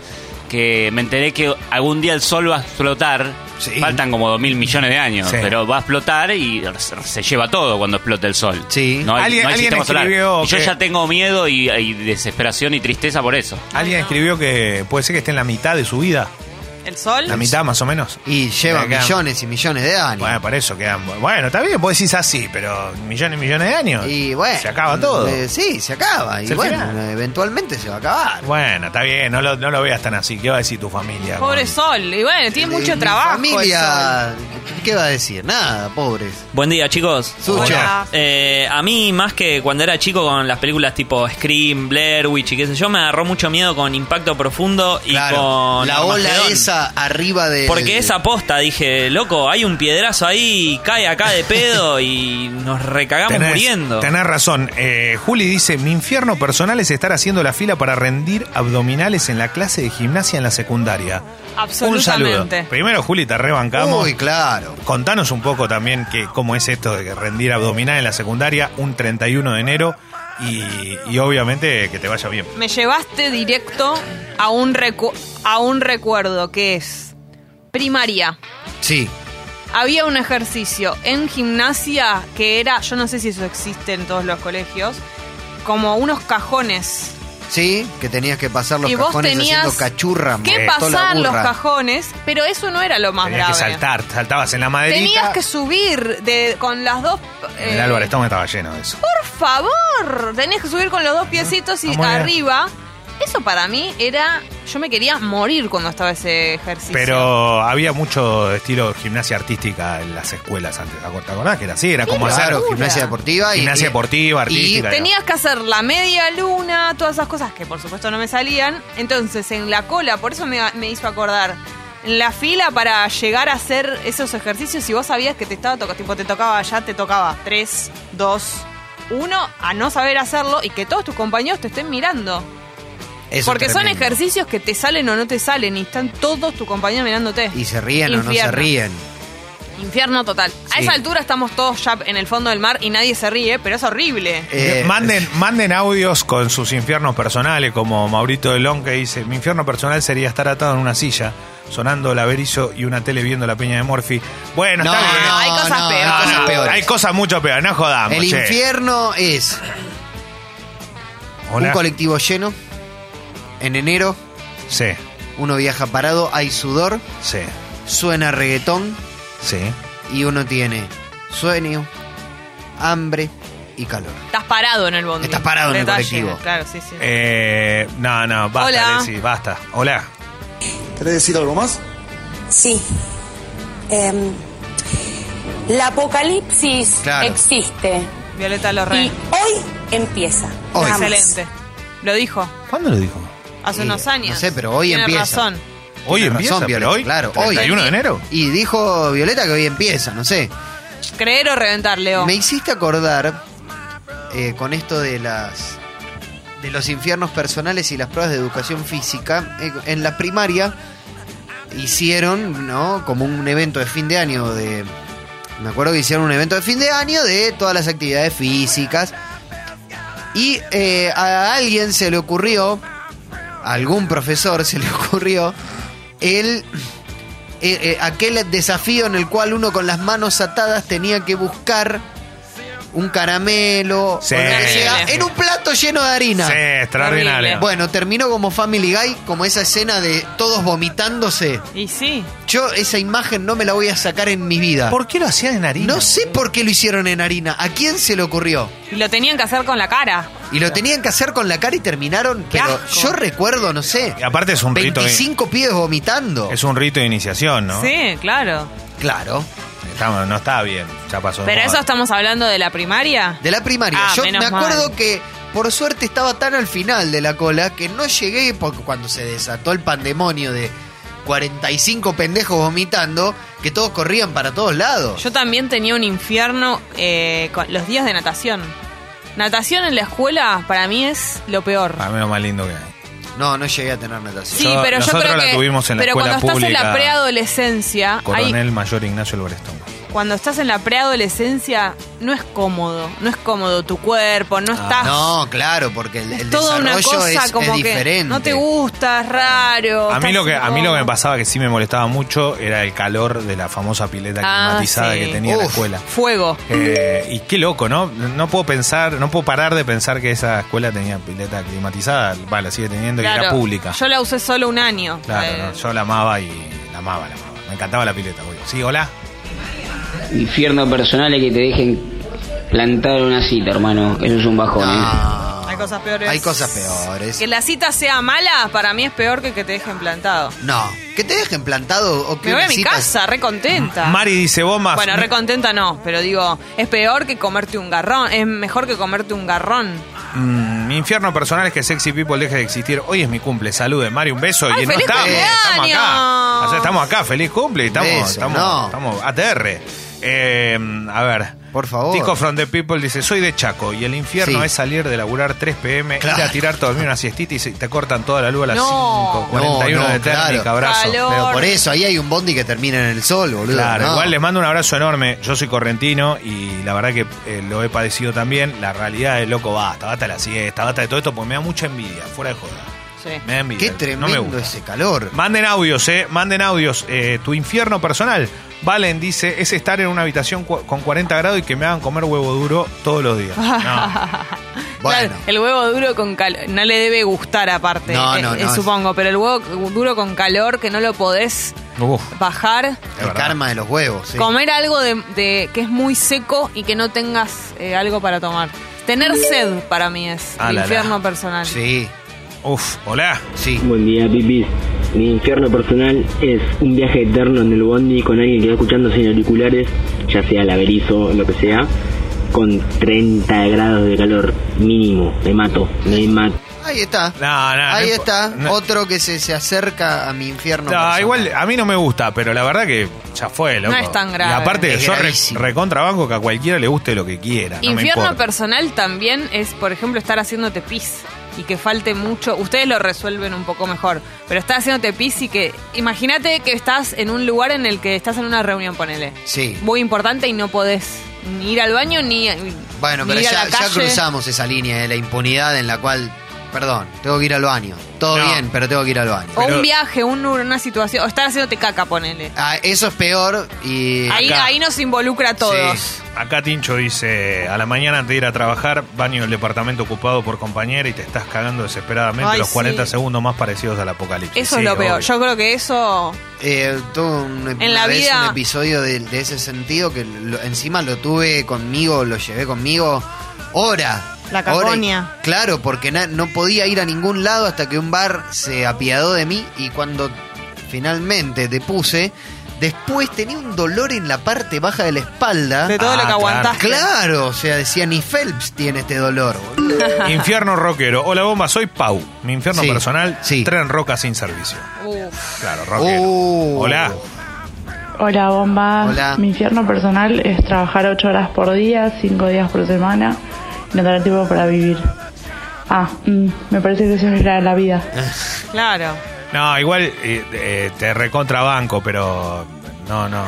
S8: que me enteré que algún día el sol va a explotar.
S2: Sí.
S8: Faltan como 2 mil millones de años,
S1: Sí.
S8: pero va a explotar y se lleva todo cuando explote el sol.
S2: Sí.
S8: No hay,
S1: Alguien-
S8: no hay
S1: alguien
S8: sistema solar.
S1: escribió
S8: Y yo
S1: que-
S8: ya tengo miedo y, y desesperación y tristeza por eso.
S1: Alguien escribió que puede ser que esté en la mitad de su vida,
S4: ¿El sol?
S1: la mitad más o menos.
S2: Y lleva
S1: Acá.
S2: millones y millones de años.
S1: Bueno, para eso quedan. Bueno, está bien, vos decís así, pero millones y millones de años.
S2: y bueno.
S1: Se acaba todo.
S2: eh, sí, se acaba. Y
S1: Se
S2: bueno,
S1: final.
S2: eventualmente se va a acabar.
S1: Bueno, está bien, no lo, no lo veas tan así. ¿Qué va a decir tu familia?
S4: Pobre sol. Y bueno, tiene
S2: Eh,
S4: mucho
S2: mi
S4: trabajo. el sol.
S2: Familia, ¿qué va a decir? Nada, pobres.
S9: Buen día, chicos.
S2: Sucho.
S4: Hola.
S9: Eh, a mí, más que cuando era chico con las películas tipo Scream, Blair Witch y qué sé yo, me agarró mucho miedo con Impacto Profundo y
S2: Claro.
S9: con...
S2: La ola
S9: Armagedón.
S2: esa arriba de.
S9: Porque esa posta, dije, loco, hay un piedrazo ahí, cae acá de pedo y nos recagamos muriendo.
S1: tenés razón. Eh, Juli dice, mi infierno personal es estar haciendo la fila para rendir abdominales en la clase de gimnasia en la secundaria. Un saludo.
S4: Absolutamente.
S1: Primero, Juli, te rebancamos.
S2: Uy, claro.
S1: Contanos un poco también que, cómo es esto de rendir abdominal en la secundaria un 31 de enero y, y obviamente que te vaya bien.
S4: Me llevaste directo a un, recu- a un recuerdo que es primaria.
S2: Sí.
S4: Había un ejercicio en gimnasia que era, yo no sé si eso existe en todos los colegios, como unos cajones.
S2: Sí, que tenías que pasar los
S4: y vos
S2: cajones
S4: tenías
S2: haciendo cachurra.
S4: que
S2: molestó la
S4: pasar los
S2: burra.
S4: cajones, pero eso no era lo más
S1: Tenías que
S4: grave.
S1: saltar, saltabas en la maderita.
S4: Ah, Tenías que subir de, con las dos. eh,
S1: El Álvarez Toma estaba lleno de eso.
S4: Por favor, tenés que subir con los dos piecitos y
S1: Ah, muy bien.
S4: arriba. Eso para mí era. Yo me quería morir cuando estaba ese ejercicio.
S1: Pero había mucho estilo gimnasia artística en las escuelas antes. ¿Te acordás que era así? Era como hacer
S2: Claro,
S4: locura.
S2: gimnasia deportiva. y-
S1: gimnasia
S2: y-
S1: deportiva, artística. era.
S4: Tenías que hacer la media luna, todas esas cosas que por supuesto no me salían. Entonces, en la cola, por eso me, me hizo acordar. En la fila para llegar a hacer esos ejercicios, si vos sabías que te estaba tocando, tipo te tocaba ya, te tocaba 3, 2, 1, a no saber hacerlo y que todos tus compañeros te estén mirando.
S2: eso es
S4: Porque son
S2: tremendo.
S4: ejercicios que te salen o no te salen y están todos tus compañeros mirándote.
S2: Y se ríen o no se
S4: Infierno.
S2: ríen.
S4: Infierno total. A
S2: Sí.
S4: esa altura estamos todos ya en el fondo del mar y nadie se ríe, pero es horrible.
S2: Eh,
S1: manden, manden audios con sus infiernos personales, como Maurito Delón que dice, mi infierno personal sería estar atado en una silla, sonando la berizo y una tele viendo la peña de Morphy. Bueno,
S2: No,
S1: está bien.
S2: no,
S4: hay cosas
S2: no, hay
S4: peores.
S1: No,
S2: cosas
S1: no,
S2: peores.
S1: hay cosas mucho peores, no jodamos.
S2: El
S1: che.
S2: infierno es
S1: Hola.
S2: un colectivo lleno. En enero
S1: Sí,
S2: uno viaja parado, hay sudor,
S1: sí,
S2: suena reggaetón
S1: sí.
S2: y uno tiene sueño, hambre y calor.
S4: Estás parado en el bondi.
S2: Estás parado en el
S4: Detalle,
S2: colectivo.
S4: Claro, sí, sí.
S1: Eh, no, no, basta,
S4: Hola.
S1: Lexi, basta. Hola.
S10: ¿Querés decir algo más?
S11: Sí. Em, la apocalipsis
S2: Claro.
S11: existe
S4: Violeta Lorraine.
S11: y hoy empieza.
S2: Hoy.
S11: Nada más.
S4: Excelente. Lo dijo
S1: ¿Cuándo lo dijo?
S4: hace
S2: Sí,
S4: unos años.
S2: no sé, pero hoy
S4: Tiene
S2: empieza.
S4: razón.
S1: Hoy
S2: Tiene
S1: empieza,
S2: razón,
S1: pero
S2: Violeta,
S1: hoy.
S2: claro, hoy.
S1: 31 de enero.
S2: Y dijo Violeta que hoy empieza, no sé.
S4: Creer o reventar, Leo.
S2: Me hiciste acordar eh, con esto de las de los infiernos personales y las pruebas de educación física. eh, en la primaria hicieron, ¿no? Como un evento de fin de año de. Me acuerdo que hicieron un evento de fin de año de todas las actividades físicas. Y eh, a alguien se le ocurrió, a algún profesor se le ocurrió, el eh, eh, aquel desafío en el cual uno con las manos atadas tenía que buscar un caramelo
S1: Sí.
S2: o lo que sea, en un plato lleno de harina.
S1: Sí, extraordinario.
S2: Bueno, terminó como Family Guy, como esa escena de todos vomitándose.
S4: Y sí.
S2: Yo esa imagen no me la voy a sacar en mi vida.
S1: ¿Por qué lo hacían en harina?
S2: No sé por qué lo hicieron en harina. ¿A quién se le ocurrió?
S4: Y lo tenían que hacer con la cara.
S2: Y lo tenían que hacer con la cara y terminaron, pero
S4: asco.
S2: yo recuerdo, no sé,
S1: Y aparte es un rito. de-
S2: 25 pies vomitando.
S1: Es un rito de iniciación, ¿no?
S4: Sí, claro.
S2: Claro.
S1: Está- no está bien. Ya pasó. de
S4: Pero
S1: moda.
S4: eso estamos hablando de la primaria.
S2: De la primaria.
S4: Ah,
S2: Yo me
S4: menos
S2: acuerdo
S4: mal.
S2: que por suerte estaba tan al final de la cola que no llegué porque cuando se desató el pandemonio de 45 pendejos vomitando, que todos corrían para todos lados.
S4: Yo también tenía un infierno eh, con los días de natación. Natación en la escuela para mí es lo peor.
S1: Para mí lo más lindo que hay.
S2: No, no llegué a tener natación.
S4: Sí,
S1: Ah, Yo-
S4: pero yo
S1: nosotros
S4: creo
S1: la
S4: que
S1: tuvimos en la
S4: pero
S1: escuela
S4: cuando estás en la
S1: pública.
S4: preadolescencia, hay,
S1: Coronel Mayor Ignacio Alvarestón.
S4: cuando estás en la preadolescencia no es cómodo, no es cómodo tu cuerpo, no estás
S2: Ah, No, claro, porque el, el
S4: toda una
S2: desarrollo
S4: cosa
S2: es, es
S4: como que
S2: diferente.
S4: no te gusta, es raro.
S1: A mí,
S4: estás
S1: lo que, a mí
S4: incómodo.
S1: lo que me pasaba que sí me molestaba mucho era el calor de la famosa pileta
S4: Ah,
S1: climatizada
S4: sí.
S1: que tenía la
S2: Uf.
S1: escuela.
S4: Fuego.
S1: Eh, y qué loco, ¿no? No puedo pensar, no puedo parar de pensar que esa escuela tenía pileta climatizada. Vale, la sigue teniendo y
S4: Claro,
S1: era pública.
S4: Yo la usé solo un año.
S1: claro,
S4: Eh,
S1: no, yo la amaba y la amaba, la amaba. Me encantaba la pileta, güey. Sí, hola.
S10: Infierno personal es que te dejen plantar una cita, hermano. Eso es un bajón,
S2: No.
S4: Hay cosas peores.
S2: Hay cosas peores.
S4: Que la cita sea mala, para mí es peor que que te dejen plantado.
S2: No, que te dejen plantado o que
S4: Me voy a mi
S2: visitas-
S4: casa, re contenta.
S1: Mari dice bombas.
S4: Bueno, re contenta no, pero digo, es peor que comerte un garrón, es mejor que comerte un garrón.
S1: Mm, mi infierno personal es que Sexy People deje de existir. Hoy es mi cumple. Saluden, Mari, un beso.
S4: ¡Ay,
S1: y no
S4: feliz
S1: estamos, estamos
S4: cumpleaños!
S1: acá. O sea, estamos acá, feliz cumple. Estamos,
S2: Beso,
S1: estamos,
S2: no.
S1: estamos ATR. Eh, a ver.
S2: Por favor.
S1: Tico from the People dice: Soy de Chaco y el infierno
S2: Sí.
S1: es salir de laburar 3 pm,
S2: Claro.
S1: ir a tirarte a dormir una siestita y se- te cortan toda la luz a las
S4: No.
S1: 5. 41
S2: No, no,
S1: de térmica,
S2: claro.
S1: abrazo.
S4: Calor.
S2: Pero por eso, ahí hay un bondi que termina en el sol, boludo.
S1: Claro,
S2: no.
S1: igual les mando un abrazo enorme. Yo soy correntino y la verdad que eh, lo he padecido también. La realidad es loco, basta, basta la siesta, basta de todo esto, porque me da mucha envidia, fuera de joda.
S4: Sí.
S1: Me da envidia.
S2: Qué
S1: no me
S2: tremendo
S1: gusta.
S2: ese calor.
S1: Manden audios, eh, manden audios. Eh, tu infierno personal, Valen dice, es estar en una habitación cu- con 40 grados y que me hagan comer huevo duro todos los días. No.
S2: Bueno.
S4: Claro, el huevo duro con calor, no le debe gustar aparte,
S2: No,
S4: eh,
S2: no,
S4: eh,
S2: no.
S4: supongo, pero el huevo duro con calor que no lo podés
S1: Uf,
S4: bajar,
S1: es
S2: El
S1: verdad.
S2: karma de los huevos. sí.
S4: comer algo de, de- que es muy seco y que no tengas eh, algo para tomar. Tener sed para mí es
S1: Ah,
S4: el
S1: la, la.
S4: infierno personal.
S2: Sí.
S1: Uf, hola.
S2: Sí.
S12: Buen día, pipis. Mi infierno personal es un viaje eterno en el bondi con alguien que va escuchando sin auriculares, ya sea laberizo o lo que sea, con 30 grados de calor mínimo. Me mato, me mato.
S2: Ahí está. Ahí está. Otro que se, se acerca a mi infierno.
S1: No,
S2: personal.
S1: igual a mí no me gusta, pero la verdad que ya fue, loco.
S4: No es tan grave.
S1: Y aparte,
S4: Es
S1: yo re-
S4: gravísimo.
S1: recontrabanco que a cualquiera le guste lo que quiera. No me
S4: Infierno
S1: importa.
S4: personal también es, por ejemplo, estar haciéndote pis y que falte mucho. Ustedes lo resuelven un poco mejor, pero estar haciéndote pis y que. Imagínate que estás en un lugar en el que estás en una reunión, ponele.
S2: Sí.
S4: Muy importante y no podés ni ir al baño ni.
S2: Bueno, pero
S4: ni ir a
S2: ya,
S4: la
S2: ya
S4: calle.
S2: cruzamos esa línea de la impunidad en la cual, perdón, tengo que ir al baño. Todo bien, pero tengo que ir al baño.
S4: O un viaje, un, una situación. O estar haciéndote caca, ponele.
S2: Ah, eso es peor y.
S4: Ahí,
S1: acá.
S4: ahí nos involucra a todos.
S1: Acá Tincho dice, a la mañana antes de ir a trabajar, baño el departamento ocupado por compañera y te estás cagando desesperadamente
S4: Ay,
S1: los 40
S4: sí.
S1: segundos más parecidos al apocalipsis.
S4: Eso
S1: Sí,
S4: es lo peor.
S1: obvio.
S4: Yo creo que eso.
S2: Eh, tuve un,
S4: En la
S2: una vez
S4: vida-
S2: un episodio de, de ese sentido que lo- encima lo tuve conmigo, lo llevé conmigo hora.
S4: La
S2: hora y-
S4: caconia.
S2: claro, porque na- no podía ir a ningún lado hasta que un bar se apiadó de mí y cuando finalmente te puse, después tenía un dolor en la parte baja de la espalda.
S4: De todo lo que Ah, claro. aguantaste.
S2: Claro, o sea, decía ni Phelps tiene este dolor. boludo.
S1: infierno rockero. Hola bomba, soy Pau. Mi infierno
S2: Sí,
S1: personal, tren roca sin servicio. Claro, rockero. Hola.
S13: Hola, bomba.
S1: Hola.
S13: Mi infierno personal es trabajar 8 horas por día, 5 días por semana, y no tener tiempo para vivir. Ah, mm, me parece que eso es la, la vida.
S4: Claro.
S1: No, igual eh, eh, te recontrabanco, pero no, no.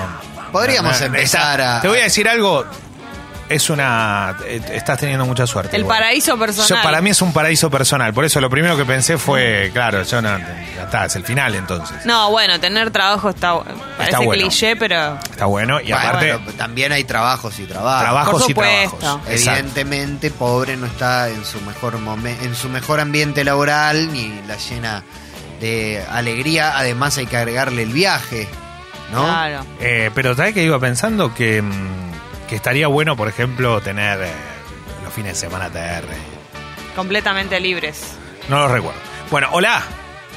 S2: Podríamos empezar a-
S1: Te voy a decir algo. Es una. eh, estás teniendo mucha suerte.
S4: El
S1: igual.
S4: paraíso personal.
S1: Yo- para mí es un paraíso personal. Por eso lo primero que pensé fue, claro, yo no. Ya está, es el final entonces.
S4: No, bueno, tener trabajo está. Parece
S1: bueno.
S4: cliché, pero.
S1: Está bueno. Y
S2: Bueno,
S1: aparte.
S2: pero ah, también hay trabajos y trabajos.
S1: Trabajos Por y supuesto. trabajos. Exacto.
S2: Evidentemente, pobre no está en su mejor momen- en su mejor ambiente laboral ni la llena de alegría. Además, hay que agregarle el viaje, ¿no?
S1: Eh, pero sabes que iba pensando que, mm, que estaría bueno, por ejemplo, tener eh, los fines de semana TR.
S4: Completamente libres.
S1: No los recuerdo. Bueno, hola.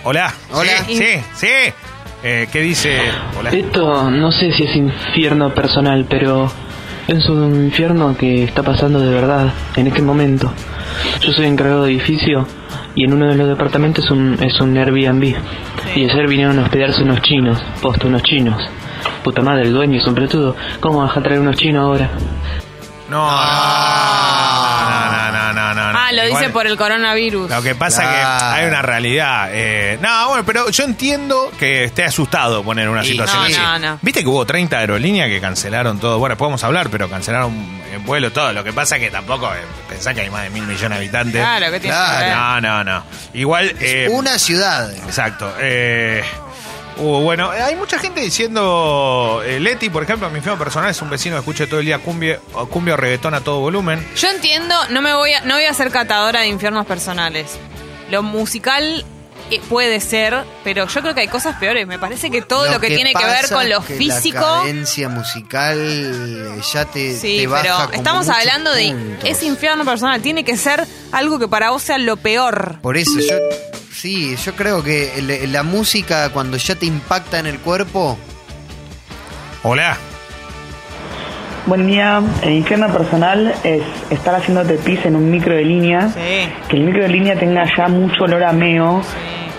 S1: Hola.
S2: Hola.
S1: Sí, sí. sí. Eh, ¿Qué dice? Hola.
S14: Esto no sé si es infierno personal, pero es un infierno que está pasando de verdad en este momento. Yo soy encargado de edificio y en uno de los departamentos es un, es un Airbnb. Y ayer vinieron a hospedarse unos chinos, posta unos chinos. Puta madre, el dueño es un pelotudo. ¿Cómo vas a traer unos chinos ahora?
S1: No, no, no, no, no, no, no, no.
S4: ah, lo
S1: Igual,
S4: dice por el coronavirus.
S1: Lo que pasa
S2: Claro.
S1: que hay una realidad. eh, no, bueno, pero yo entiendo que esté asustado poner una
S2: Y-
S1: situación
S2: No,
S1: así.
S2: no, no.
S1: Viste que hubo 30 aerolíneas que cancelaron todo. Bueno, podemos hablar, pero cancelaron el vuelo todo. Lo que pasa es que tampoco eh, pensá que hay más de mil millones de habitantes.
S2: Claro, ¿qué tiene que Claro. ver?
S1: No, no, no. Igual. eh,
S2: Una ciudad.
S1: Exacto. Eh, uh, bueno, eh, hay mucha gente diciendo, eh, Leti, por ejemplo, mi feo personal es un vecino que escucha todo el día cumbia, o cumbia o reggaetón a todo volumen.
S4: Yo entiendo, no me voy a, no voy a ser catadora de infiernos personales. Lo musical eh, puede ser, pero yo creo que hay cosas peores. Me parece que todo lo, que, tiene que ver
S2: pasa
S4: con lo
S2: es que
S4: físico.
S2: La cadencia musical eh, ya te,
S4: Sí,
S2: te baja
S4: pero
S2: como
S4: estamos
S2: muchos
S4: hablando de
S2: puntos.
S4: ese infierno personal. Tiene que ser algo que para vos sea lo peor.
S2: Por eso yo sí, yo creo que el- la música cuando ya te impacta en el cuerpo.
S1: Hola.
S15: Buen día. El infierno personal es estar haciéndote pis en un micro de línea. Que el micro de línea tenga ya mucho olor a meo,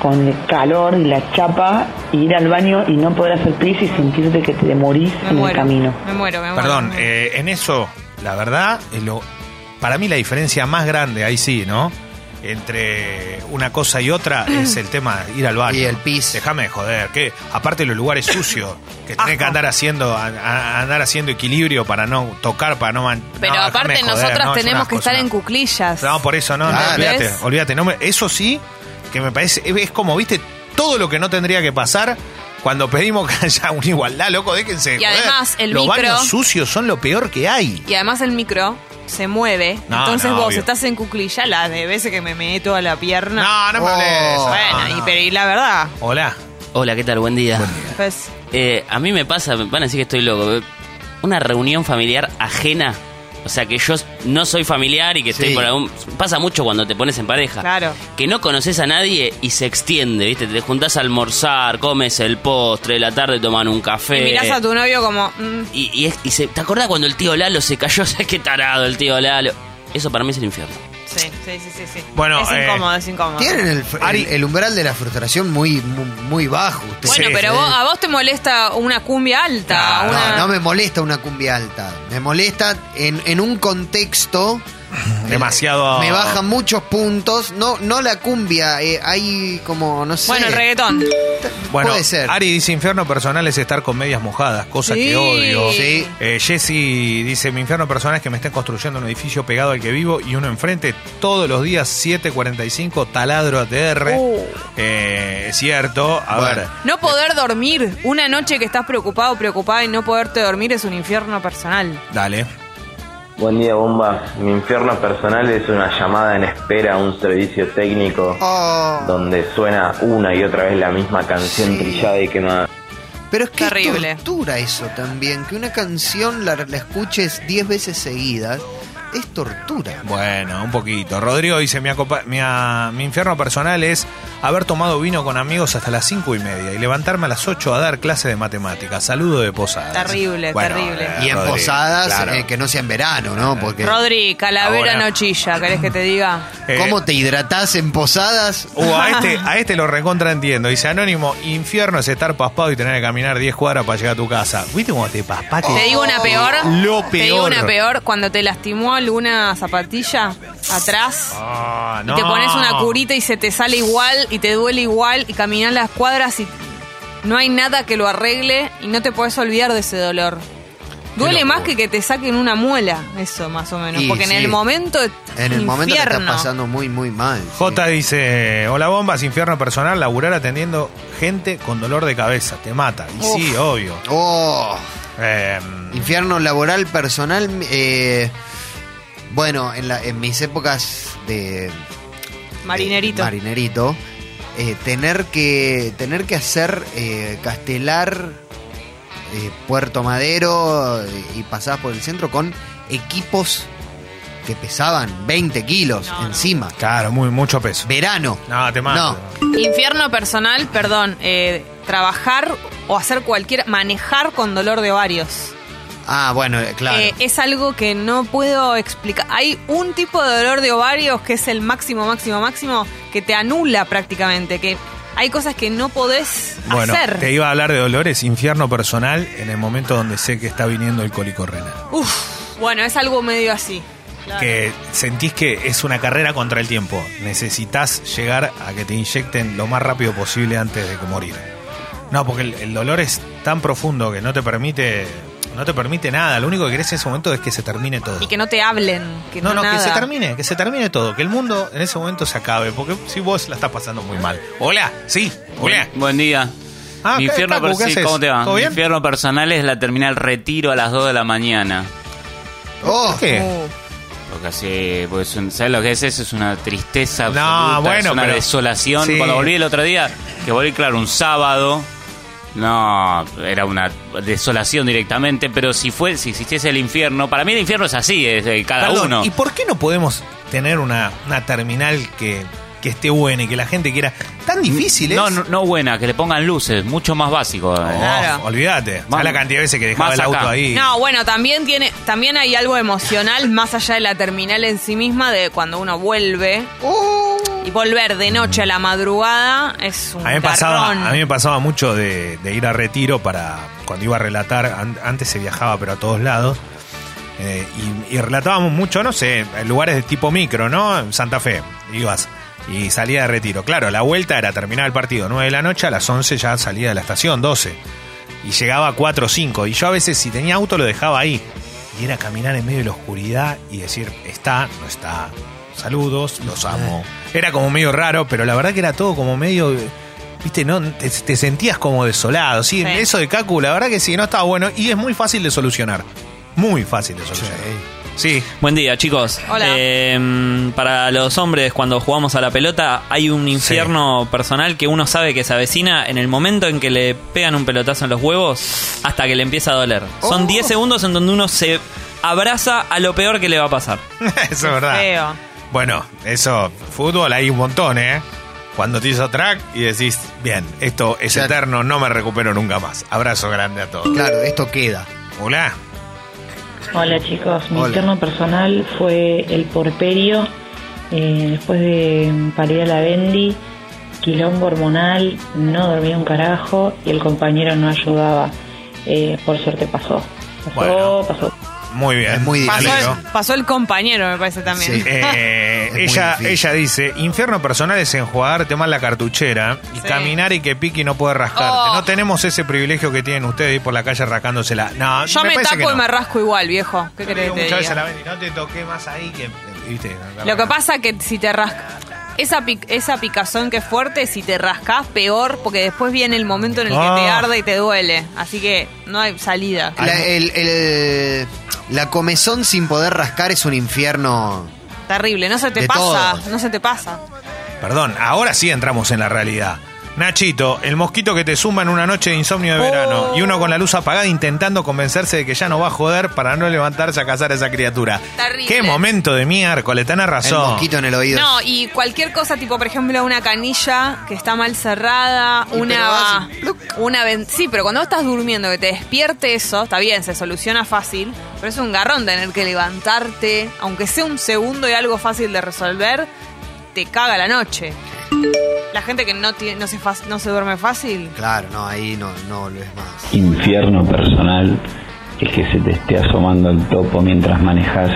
S15: con el calor y la chapa, y ir al baño y no poder hacer pis y sentirte que te morís en el camino.
S4: Me muero, me muero.
S1: Perdón, eh, en eso, la verdad, es lo, para mí la diferencia más grande, ahí sí, ¿no? Entre una cosa y otra es el tema de ir al baño. Y el
S2: pis.
S1: Déjame de joder, que aparte los lugares sucios, que tenés que andar haciendo, a- a- andar haciendo equilibrio para no tocar, para no man-
S4: Pero
S1: no,
S4: aparte,
S1: déjame de joder,
S4: nosotras
S1: no, es un
S4: tenemos que
S1: asco,
S4: estar
S1: es un
S4: en cuclillas.
S1: No, por eso no, no,
S4: Claro.
S1: olvídate,
S4: ¿Ves?
S1: olvídate. No me- eso sí, que me parece, es, es como, viste, todo lo que no tendría que pasar cuando pedimos que haya una igualdad, loco, déjense. de
S4: Y
S1: joder.
S4: además, el
S1: Los
S4: micro-
S1: baños sucios son lo peor que hay.
S4: Y además el micro se mueve.
S1: No,
S4: entonces
S1: no,
S4: vos
S1: obvio.
S4: estás en cuclilla, la de veces que me meto a la pierna.
S1: No, no me hables.
S4: Bueno,
S6: No,
S4: Y, pero y la verdad,
S1: Hola.
S6: Hola, ¿qué tal? Buen día.
S4: pues,
S6: Eh, a mí me pasa, me van a decir que estoy loco. eh, Una reunión familiar ajena O sea, que yo no soy familiar y que estoy por algún... Pasa mucho cuando te pones en pareja.
S4: Claro.
S6: Que no conoces a nadie y se extiende, ¿viste? Te juntás a almorzar, comes el postre, de la tarde toman un café.
S8: Eh,
S4: Y mirás a tu novio como. mm,
S6: Y, y es- y se- ¿Te acordás cuando el tío Lalo se cayó? ¿Sabes qué tarado el tío Lalo? Eso para mí es el infierno.
S4: sí, sí, sí, sí, sí.
S6: Bueno,
S4: es
S6: eh,
S4: incómodo, es incómodo.
S2: Tienen el, el- el umbral de la frustración muy, muy, muy bajo. ustedes.
S4: Bueno, pero vos- a vos te molesta una cumbia alta.
S2: No,
S4: una...
S2: no me molesta una cumbia alta. Me molesta en, en un contexto.
S1: Demasiado.
S2: Me bajan muchos puntos. No, no la cumbia. eh, hay como, no sé.
S4: Bueno, el reggaetón.
S1: Bueno,
S2: Puede ser.
S1: Ari dice infierno personal es estar con medias mojadas, cosa
S4: Sí.
S1: que odio.
S4: Sí.
S1: Eh, Jessy dice, mi infierno personal es que me estén construyendo un edificio pegado al que vivo y uno enfrente todos los días 7.45 taladro ATR.
S4: Uh.
S1: Eh, es cierto, a ver.
S4: No poder dormir. Una noche que estás preocupado, preocupada y no poderte dormir es un infierno personal.
S1: Dale.
S16: Buen día, bomba. Mi infierno personal es una llamada en espera a un servicio técnico
S4: Oh.
S2: Oh,
S16: donde suena una y otra vez la misma canción trillada y quemada.
S2: Pero es que es tortura eso también. Que una canción la, la escuches 10 veces seguidas es tortura.
S1: Bueno, un poquito. Rodrigo dice, mi, acopa- mi, a- mi infierno personal es haber tomado vino con amigos hasta las cinco y media y levantarme a las 8 a dar clase de matemáticas. Saludo de Posadas.
S4: Terrible,
S1: Bueno,
S4: terrible.
S1: eh,
S2: Y en
S1: Rodrigo,
S2: posadas,
S1: claro.
S2: eh, que no sea en verano, ¿no? Porque.
S4: Rodri, eh, calavera
S1: Ahora.
S4: nochilla, ¿querés que te diga?
S2: ¿Cómo te hidratás en posadas?
S1: Uh, a, este, a este lo recontra entiendo. Dice Anónimo, infierno es estar paspado y tener que caminar 10 cuadras para llegar a tu casa. ¿Viste cómo te paspaste?
S4: Te digo una peor.
S1: Lo
S4: Te digo
S1: peor.
S4: una peor. Cuando te lastimó alguna zapatilla atrás.
S1: Ah, no.
S4: Y te pones una curita y se te sale igual y te duele igual y caminas las cuadras y no hay nada que lo arregle y no te puedes olvidar de ese dolor. Duele más que que te saquen una muela, eso más o menos.
S2: Y
S4: porque
S2: sí.
S4: en el momento. es
S2: En el momento que estás
S4: infierno.
S2: pasando muy, muy mal.
S1: J dice, hola bombas, infierno personal, laburar atendiendo gente con dolor de cabeza, te mata. Y sí,
S2: Uf.
S1: obvio.
S2: Oh.
S1: Eh,
S2: Infierno laboral, personal. eh, bueno, en, la- en mis épocas de eh,
S4: Marinerito.
S2: marinerito, eh, tener, que, tener que hacer eh, castelar eh, Puerto Madero eh, y pasabas por el centro con equipos que pesaban 20 kilos encima.
S1: Claro, muy, mucho peso.
S2: Verano.
S1: No, te
S2: mato.
S4: Infierno personal, perdón. eh, trabajar o hacer cualquier. Manejar con dolor de ovarios.
S2: Ah, bueno, eh, claro.
S4: Eh, es algo que no puedo explicar. Hay un tipo de dolor de ovarios que es el máximo, máximo, máximo, que te anula prácticamente, que hay cosas que no podés
S1: bueno,
S4: hacer.
S1: te iba a hablar de dolores, infierno personal, en el momento donde sé que está viniendo el cólico renal.
S4: Uf, bueno, es algo medio así. Claro.
S1: que sentís que es una carrera contra el tiempo. Necesitas llegar a que te inyecten lo más rápido posible antes de que morir. No, porque el, el dolor es tan profundo que no te permite no te permite nada. Lo único que querés en ese momento es que se termine todo.
S4: Y que no te hablen. Que no,
S1: No, no, que
S4: nada.
S1: se termine, que se termine todo, que el mundo en ese momento se acabe, porque si vos la estás pasando muy mal. Hola, sí, hola.
S8: Buen, buen día.
S1: Ah,
S8: Mi
S1: ¿qué-
S8: infierno
S1: Cacu, qué
S8: persi-
S1: haces?
S8: ¿Cómo te va?
S1: ¿Todo
S8: Mi
S1: bien?
S8: infierno personal es la terminal retiro a las 2 de la mañana.
S2: Oh,
S1: ¿Qué?
S4: Uh.
S8: Porque así, pues, un- ¿sabes lo que es eso? Es una tristeza absoluta,
S1: No, bueno,
S8: es una
S1: pero-
S8: desolación.
S1: sí.
S8: Cuando volví el otro día, que volví, claro, un sábado, no, era una desolación directamente, pero si fue, si existiese el infierno, para mí el infierno es así, es de cada
S1: Perdón,
S8: uno.
S1: ¿Y por qué no podemos tener una, una terminal que, que esté buena y que la gente quiera? Tan difícil es.
S8: No, no, no buena, que le pongan luces, mucho más básico. eh.
S1: Oh, Olvídate. ¿Sabés la cantidad de veces que dejaba
S8: Más
S1: el auto
S8: acá.
S1: ahí?
S4: No, bueno, también tiene, también hay algo emocional más allá de la terminal en sí misma, de cuando uno vuelve. Y volver de noche a la madrugada es un
S1: Uh. A mí, me pasaba,
S4: garrón.
S1: a mí me pasaba mucho de, de ir a retiro para cuando iba a relatar. an- antes se viajaba, pero a todos lados. eh, y, y relatábamos mucho, no sé, en lugares de tipo micro, ¿no? En Santa Fe. Ibas y salía de retiro. Claro, la vuelta era terminar el partido 9 de la noche, a las 11 ya salía de la estación, 12. Y llegaba a 4 o 5. Y yo a veces, si tenía auto, lo dejaba ahí. Y era caminar en medio de la oscuridad y decir, está, no está. Saludos, los amo. Era como medio raro, pero la verdad que era todo como medio. Viste, no, te, te sentías como desolado. ¿sí? eso de Cacu, la verdad que sí, no estaba bueno. Y es muy fácil de solucionar. Muy fácil de solucionar. Sí.
S9: Buen día, chicos.
S4: Hola.
S9: Eh, para los hombres, cuando jugamos a la pelota, hay un infierno personal que uno sabe que se avecina en el momento en que le pegan un pelotazo en los huevos hasta que le empieza a doler. Son 10 segundos en donde uno se abraza a lo peor que le va a pasar.
S1: Eso es verdad. Bueno, eso, fútbol hay un montón, ¿eh? Cuando te hizo track y decís, bien, esto es eterno, no me recupero nunca más. Abrazo grande a todos.
S2: Claro, esto queda.
S1: Hola.
S13: Hola chicos, mi
S1: Hola.
S13: interno personal fue el porperio, eh, después de parir a la Bendy, quilombo hormonal, no dormía un carajo y el compañero no ayudaba. Eh, por suerte pasó. Pasó, pasó.
S1: Muy bien. muy
S4: Pasó el, pasó el compañero, me parece también.
S1: Eh, ella, ella dice, infierno personal es enjuagarte mal la cartuchera y
S4: Sí.
S1: caminar y que Piqui no puede rascarte.
S4: Oh.
S1: No tenemos ese privilegio que tienen ustedes de ir por la calle rascándosela. No,
S4: Yo me,
S1: parece que
S4: tapo y
S1: no.
S4: me rasco igual, viejo. ¿Qué querés que te
S1: Muchas veces
S4: diga?
S1: a la Benny, no te toqué más ahí que... eh, ¿Viste?
S4: Lo que pasa que si te rascas. Esa, pic- esa picazón que es fuerte, si te rascas, peor, porque después viene el momento en el que te
S2: Ah.
S4: arde y te duele. Así que no hay salida.
S2: La, el- el- la comezón sin poder rascar es un infierno.
S4: Terrible, no se te
S2: De
S4: pasa,
S2: todo.
S4: no se te pasa.
S1: Perdón, ahora sí entramos en la realidad. Nachito, el mosquito que te suma en una noche de insomnio de verano y uno con la luz apagada intentando convencerse de que ya no va a joder para no levantarse a cazar a esa criatura.
S4: Terrible.
S1: Qué momento de miércoles, tenés razón.
S2: El mosquito en el oído.
S4: No, y cualquier cosa, tipo, por ejemplo, una canilla que está mal cerrada,
S2: Y pero
S4: una.
S2: vas
S4: una ven- sí, pero cuando vos estás durmiendo, que te despierte eso, está bien, se soluciona fácil, pero es un garrón tener que levantarte, aunque sea un segundo y algo fácil de resolver, te caga la noche. La gente que no, tiene, no, se, fa- no se duerme fácil.
S2: Claro, no, ahí no, no volvés más.
S17: infierno personal es que se te esté asomando el topo mientras manejas.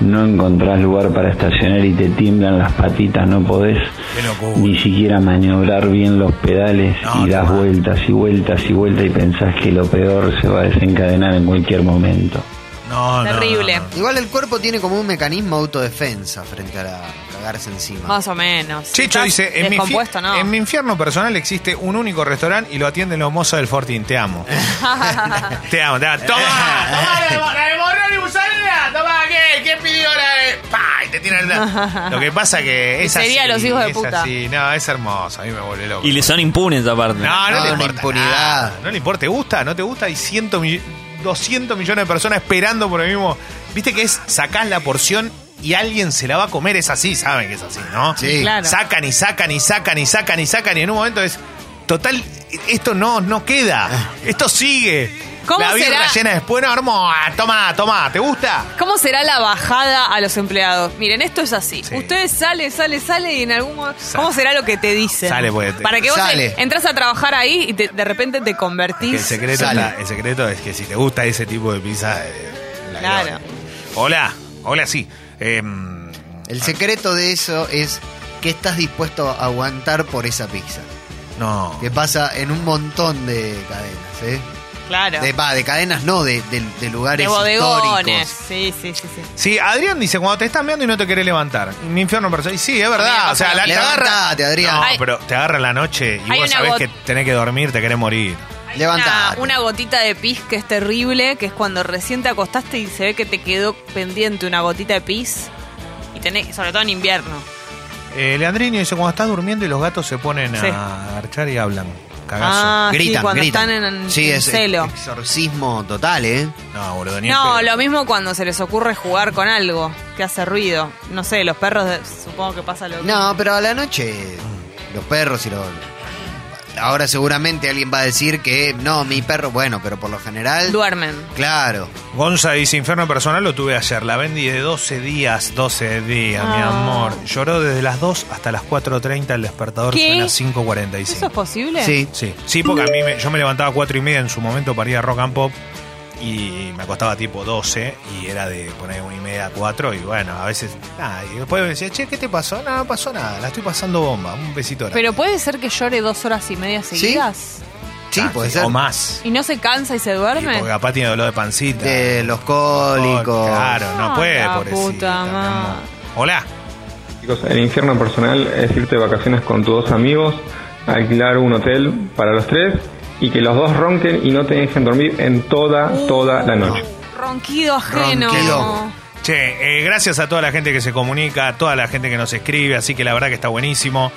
S17: No encontrás lugar para estacionar y te tiemblan las patitas, no podés ni siquiera maniobrar bien los pedales y das vueltas y vueltas y vueltas y pensás que lo peor se va a desencadenar en cualquier momento.
S4: Terrible.
S2: Igual el cuerpo tiene como un mecanismo de autodefensa frente a la cagarse encima.
S4: Más o menos.
S1: Chicho
S4: Estás
S1: dice, en mi,
S4: descompuesto,
S1: infie-
S4: ¿no?
S1: en mi infierno personal existe un único restaurante y lo atienden los mozos del Fortín. Te amo. te amo, te amo. ¡Toma!
S18: la de borrón y gusanera. Toma, ¿qué? ¿Quién pidió la de.?
S1: ¡Pah! Y te tiran la- Lo que pasa que es
S18: Sería
S1: así,
S18: los hijos de
S1: es
S18: puta.
S1: así. No, es hermoso. A mí me vuelve loco.
S9: Y le son impunes aparte.
S1: No, no, le
S9: le
S1: importa nada. No le importa. ¿Te gusta? ¿No te gusta? Hay 100 mill- 200 millones de personas esperando por el mismo. Viste que es sacás la porción y alguien se la va a comer. Es así, saben que es así, ¿no?
S2: Sí. Claro.
S1: Sacan y sacan y sacan y sacan y sacan y en un momento es total. Esto no, no queda. Esto sigue.
S4: ¿Cómo
S1: la birra
S4: será?
S1: llena después, no, hermosa. Toma, toma. ¿Te gusta?
S4: ¿Cómo será la bajada a los empleados? Miren, esto es así. Ustedes sale, sale, sale y en algún momento. ¿Cómo será lo que te dicen?
S1: Sale, porque te-
S4: Para que vos
S1: Sale.
S4: en- entras a trabajar ahí y te- de repente te convertís.
S1: Que el, secreto está- el secreto es que si te gusta ese tipo de pizza. eh, la
S4: Claro.
S1: gloria. Hola, hola, sí. Em,
S2: El secreto de eso es que estás dispuesto a aguantar por esa pizza.
S1: No.
S2: Que pasa en un montón de cadenas, ¿eh?
S4: Claro.
S2: De, va, de cadenas no, de, de- de lugares
S4: De bodegones.
S2: históricos.
S4: Sí, sí, sí, sí.
S1: Sí, Adrián dice, cuando te estás meando y no te querés levantar. Mi infierno personal. Y sí, es verdad.
S2: Amigo,
S1: O sea, la, te agarra.
S2: levantate, Adrián.
S1: No,
S4: Hay-
S1: pero te agarra en la noche y
S4: hay
S1: vos
S4: una
S1: sabés
S4: got-
S1: que tenés que dormir, te querés morir.
S4: Una, una gotita de pis que es terrible, que es cuando recién te acostaste y se ve que te quedó pendiente una gotita de pis. Y tenés, sobre todo en invierno.
S1: Eh, Leandrino dice, cuando estás durmiendo y los gatos se ponen
S4: Sí.
S1: a archar y hablan. Cagazo.
S4: Ah, sí, Gritan, cuando gritan. están en-
S2: Sí,
S4: en
S2: es
S4: celo.
S2: exorcismo total, ¿eh?
S1: No, boludo,
S4: No, lo mismo cuando se les ocurre jugar con algo que hace ruido. No sé, los perros de- supongo que pasa lo
S2: No, pero a la noche los perros y los... Ahora seguramente alguien va a decir que no, mi perro, bueno, pero por lo general...
S4: Duermen.
S2: Claro.
S1: Gonza dice, infierno personal lo tuve ayer. La vendí de 12 días, 12 días, mi
S4: Ah.
S1: amor. Lloró desde las 2 hasta las 4.30, el despertador
S4: ¿Qué?
S1: fue a las 5.45.
S4: ¿Eso es posible?
S1: Sí, sí porque a mí me- yo me levantaba a 4 y media en su momento para ir a rock and pop y me acostaba tipo 12 y era de poner 1 y media a 4 y bueno, a veces nada. Y después me decía, che, ¿qué te pasó? No, no pasó nada, la estoy pasando bomba, un besito.
S4: Pero puede ser que llore dos horas y media seguidas
S1: Ah, sí, puede
S2: ser.
S1: O más.
S4: y no se cansa y se duerme.
S1: Porque capaz tiene dolor de pancita. Oh,
S2: De los cólicos.
S1: Claro, no puede,
S4: Ah, la
S1: pobrecita.
S4: puta madre.
S1: Hola.
S19: Chicos, el infierno personal es irte de vacaciones con tus dos amigos, alquilar un hotel para los tres y que los dos ronquen y no te dejen dormir en toda, toda la noche.
S4: Ronquido ajeno.
S1: Ronquido. Che, eh, gracias a toda la gente que se comunica, a toda la gente que nos escribe, así que la verdad que está buenísimo.